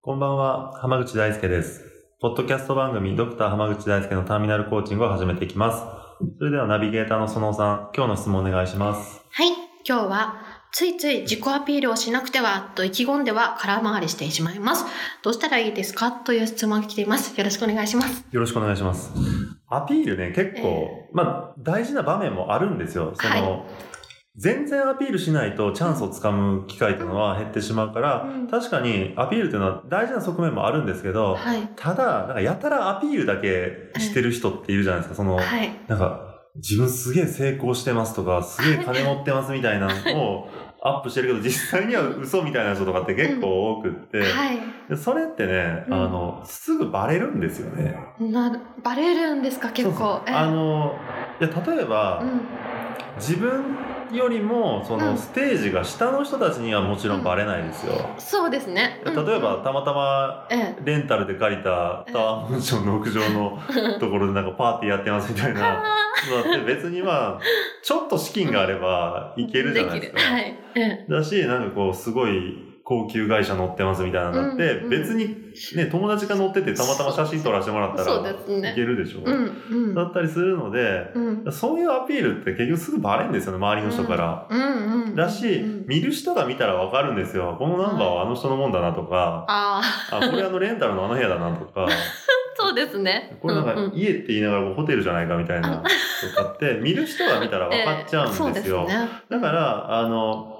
こんばんは、浜口大輔です。ポッドキャスト番組、ドクター浜口大輔のターミナルコーチングを始めていきます。それではナビゲーターのそのさん、今日の質問お願いします。はい、今日は、ついつい自己アピールをしなくてはと意気込んでは空回りしてしまいます。どうしたらいいですかという質問が来ています。よろしくお願いします。よろしくお願いします。アピールね、結構、まあ、大事な場面もあるんですよ。その、全然アピールしないとチャンスをつかむ機会というのは減ってしまうから、うん確かにアピールというのは大事な側面もあるんですけど、はい。ただ、なんかやたらアピールだけしてる人っているじゃないですか、その、はい。なんか、自分すげえ成功してますとか、すげえ金持ってますみたいなのをアップしてるけど、実際には嘘みたいな人とかって結構多くって、はい。でそれってね、うんあの、すぐバレるんですよね。な、バレるんですか結構。えあの、いや、例えば、うん。自分よりも、そうの、んステージが下の人たちにはもちろんバレないですよ。そうですね。例えば、たまたま、うん、えレンタルで借りたタワーマンションの屋上のえ。ところでなんかパーティーやってますみたいな。あだ って別にまあ、ちょっと資金があればーいけるじゃないですか。きるはい。えだし、なんかこう、すごい高級会社乗ってますみたいなのだって、うんうん別にね、友達が乗っててたまたま写真撮らせてもらったそうですらねいけるでしょ。え。うん。うん。だったりするので、うん。そういうアピールって結局すぐバレるんですよね、周りの人から。うん。うん。だし、うん見る人が見たらわかるんですよ。このナンバーはあの人のもんだなとか、ああ、あ、これあのレンタルのあの部屋だなとか。 そうですね。これなんうかう家って言いながらホテルじゃないかみたいなとかって 見る人が見たら分かっちゃうんですよ。ええそうですね。だからあの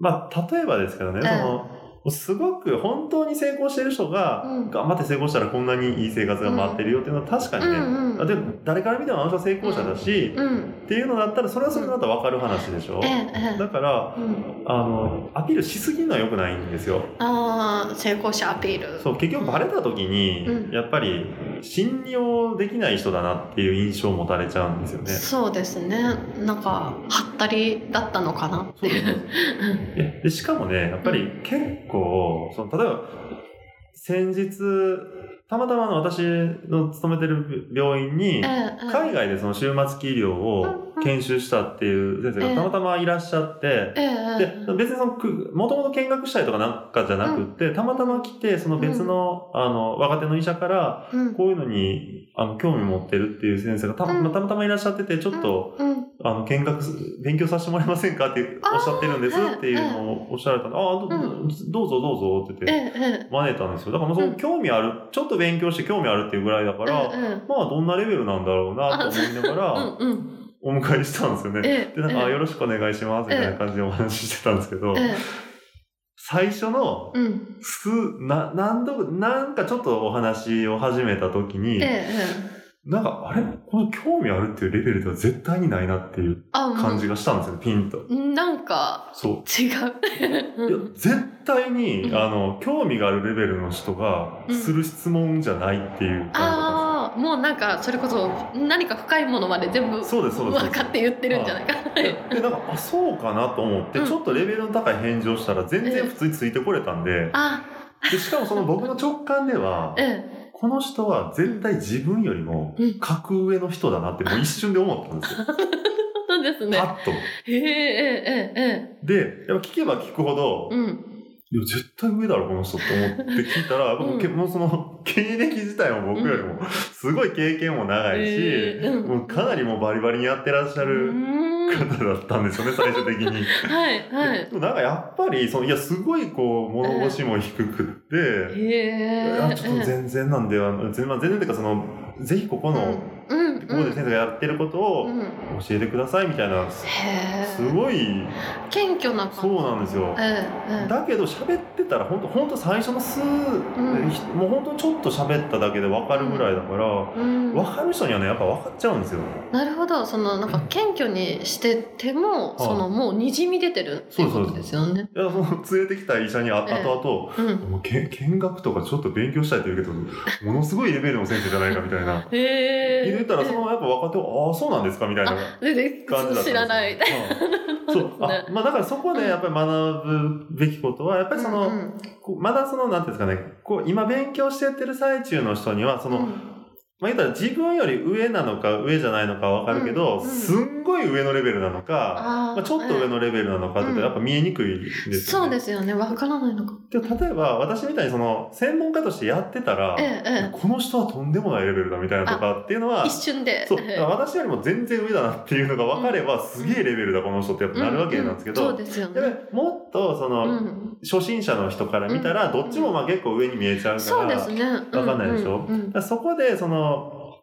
まあ例えばですけどね、ええそのすごく本当に成功してる人が、うん頑張って成功したらこんなにいい生活が待ってるよっていうのは確かにね、うんうんあでも誰から見てもあの人は成功者だし、うん。っていうのだったらそれはそれだったら分かる話でしょ。ええええだからうん。あのアピールしすぎるのは良くないんですよ。ああ成功者アピールそう結局バレた時に、うんやっぱり信用できない人だなっていう印象を持たれちゃうんですよね。 そうですねなんかはったりだったのかなっていうえでしかもねやっぱり結構その例えば先日たまたまあの私の勤めてる病院にええ海外でその終末期医療を研修したっていう先生がええたまたまいらっしゃって。えええでえ別にそのくもともと見学したりとかなんかじゃなくって、たまたま来てその別の,、あの若手の医者からうんこういうのにあの興味持ってるっていう先生がた,、うんまあたまたまいらっしゃってて、ちょっと、うんあの見学す、勉強させてもらえませんかってあーおっしゃってるんですはいっていうのをおっしゃられたので、ああ、どどうぞどうぞってええ言ってえ招いたんですよ。だからまあそうのん興味ある、ちょっと勉強して興味あるっていうぐらいだかえら、ええまあどんなレベルなんだろうなと思いながら、うんうんお迎えしたんですよね。ええで、なんか、あええよろしくお願いしますみたいな感じでお話ししてたんですけど、ええ最初の、うんす、な、何度、なんかちょっとお話を始めた時に、ええええなんか、あれこの興味あるっていうレベルでは絶対にないなっていうあ感じがしたんですよ、ピンと。もうなんかそ違うう。いやうん絶対に、うんあの、興味があるレベルの人がうんする質問じゃないっていう感じだっああもうなんかそれこそ何か深いものまで全部そうですそうです分かって言ってるんじゃないかたんですよ。で、なんか、あ、そうかなと思って、うんちょっとレベルの高い返事をしたら全然普通についてこれたんで、あでしかもその僕の直感では、えこの人は絶対自分よりもうん格上の人だなってもう一瞬で思ったんですよ。えそうですねパッと。ええええええで、やっぱ聞けば聞くほど、うんいや、絶対上だろ、この人って思って聞いたら、もうけうんもうその、経歴自体も僕よりも、すごい経験も長いし、ええうんもうかなりもうバリバリにやってらっしゃうるーん方だったんですよね、最終的に。はいはいで。もなんかやっぱり、その、いや、すごいこう、物腰も低くって、へえいやちょっと全然なんでは、全然、まあ全然っていうか、その、ぜひここの、うん、ここで先生がやってることをうん、へ教えてくださいみたいなすすえごい謙虚なそうなんですよう。んうんだけど喋ってたら本当本当最初の数、んひもう本当ちょっと喋っただけで分かるぐらいだから、うん分かる人にはねやっぱ分かっちゃうんですよ。なるほどそのなんか謙虚にしてても、いそのもうにじみ出てるっていうことですよね。いやその連れてきた医者にあええ後うん々、もうけ見学とかちょっと勉強したいって言うけどものすごいレベルの先生じゃないかみたいなへえ入れたらそのやっぱ若手を「ああそうなんですか」みたいなでで感じだったんですよ知らない。うん そうあまあだからそこでやっぱり学ぶべきことはやっぱりその、うんうんこうまだそのなんていうんですかねこう今勉強してってる最中の人にはその、うんまあ言ったら自分より上なのか上じゃないのかわかるけど、うんうんすんごい上のレベルなのか、あーまあ、ちょっと上のレベルなのかって言ったらやっぱ見えにくいですよね。そうですよねわからないのか。でも例えば私みたいにその専門家としてやってたら、えええこの人はとんでもないレベルだみたいなとかっていうのはえ、一瞬で。そうだえかえら私よりも全然上だなっていうのが分かれば、すげえレベルだこの人ってやっぱなるわけなんですけど、うんうんそうですよやっね。ぱりもっとその、うん、初心者の人から見たらどっちもまあ結構上に見えちゃうから,、そうですね。わかんないでしょうんそこでその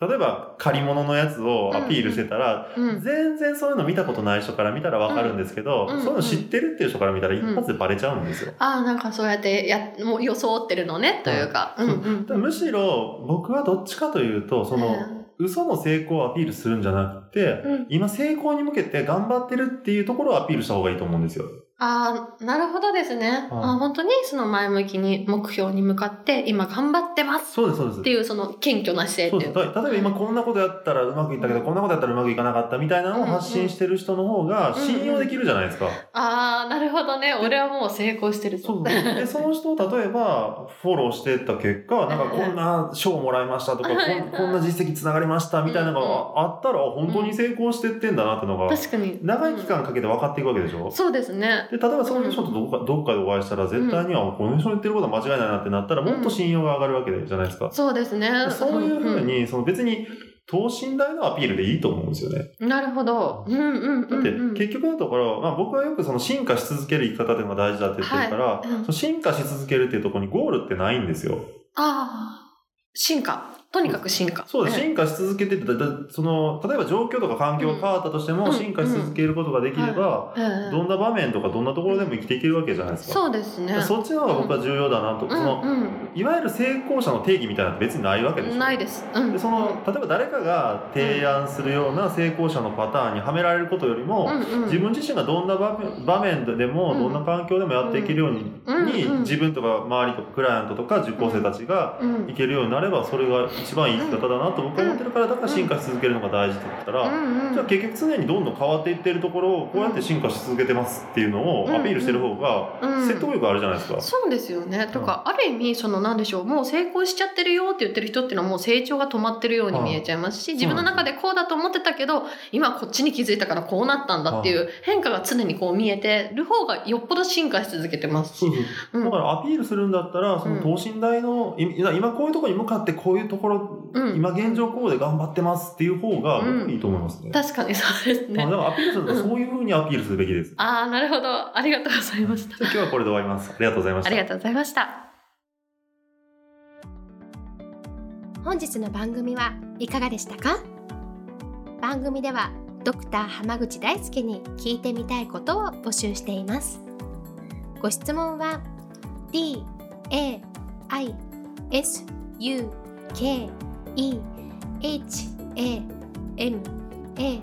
例えば借り物のやつをアピールしてたら、うんうん全然そういうの見たことない人から見たら分かるんですけど、うんうんそういうの知ってるっていう人から見たら一発でバレちゃうんですよ。ああなんかそうやってやもう装ってるのねというか。うんうんだからむしろ僕はどっちかというとその嘘の成功をアピールするんじゃなくてええうん今成功に向けて頑張ってるっていうところをアピールした方がいいと思うんですよ。ああ、なるほどですね。うんあー本当にその前向きに目標に向かって今頑張ってますそうですそうですっていうその謙虚な姿勢そうっでていすうだかか。ら例えば今こんなことやったらうまくいったけど、うんこんなことやったらうまくいかなかったみたいなのを発信してる人の方がうんうん信用できるじゃないですか。ああ、なるほどね。俺はもう成功してるそぞ。うそうでその人を例えばフォローしてった結 果なんかうんうんこんな賞もらいましたと か、はいこんこんな実績つながりましたみたいなのがあったら本当に成功してってんだなってのが確かに。長い期間かけて分かっていくわけでしょ、そうですね。で例えばそういう人とどこかどっかでお会いしたら絶対にはこの人の言ってることは間違いないなってなったらもっと信用が上がるわけじゃないですか。そうですね。そういうふうんにその別に等身大のアピールでいいと思うんですよね。うんなるほど。うんうんうだっんてうん。結局のところ、まあ、僕はよくその進化し続ける生き方っていうのが大事だって言ってるから、いうんその進化し続けるっていうところにゴールってないんですよ。ああ、進化。とにかく進化。そうです、ね。進化し続けててだだその例えば状況とか環境が変わったとしても、うん進化し続けることができれば、ええどんな場面とかどんなところでも生きていけるわけじゃないですか。そうですね。そっちの方が僕は重要だなと、うそんのうんいわゆる成功者の定義みたいなのって別にないわけでしょないです。うんでその例えば誰かが提案するような成功者のパターンにはめられることよりも、うんうん自分自身がどんな場面場面でも、うんどんな環境でもやっていけるように,、うんにうん自分とか周りとかクライアントとか受講生たちがうんいけるようになればそれが一番いい生き方だなと僕は思ってるからだから進化し続けるのが大事だったら、うんうんじゃあ結局常にどんどん変わっていってるところをこうやって進化し続けてますっていうのをアピールしてる方がうん説得力あるじゃないですか。そうですよね。とか、ある意味、その、なんでしょう、もう成功しちゃってるよって言ってる人っていうのはもう成長が止まってるように見えちゃいますし、自分の中でこうだと思ってたけど、今こっちに気づいたからこうなったんだっていう変化が常にこう見えてる方がよっぽど進化し続けてますそし。うそううんだからアピールするんだったら、その等身大の、い今こういうところに向かってこういうところ、うん今現状こうで頑張ってますっていう方がうん僕いいと思いますね。確かにそうですまあね。だからアピールするのはそういうふうにアピールするべきです。じゃあああ、なるほど。ありがとうございました。今日はこれで終わります。ありがとうございましあたり。がとうございました。本日の番組はいかがでしたか番組ではドクター濱口大輔に聞いてみたいことを募集していますご質問は d a i s u k e h a m a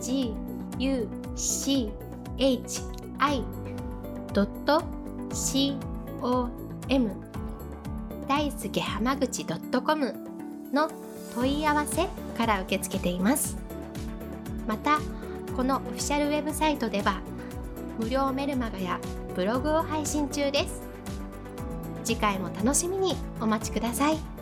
g u c h i c o m 大輔濱口 .com の問い合わせから受け付けていますまたこのオフィシャルウェブサイトでは無料メルマガやブログを配信中です次回も楽しみにお待ちください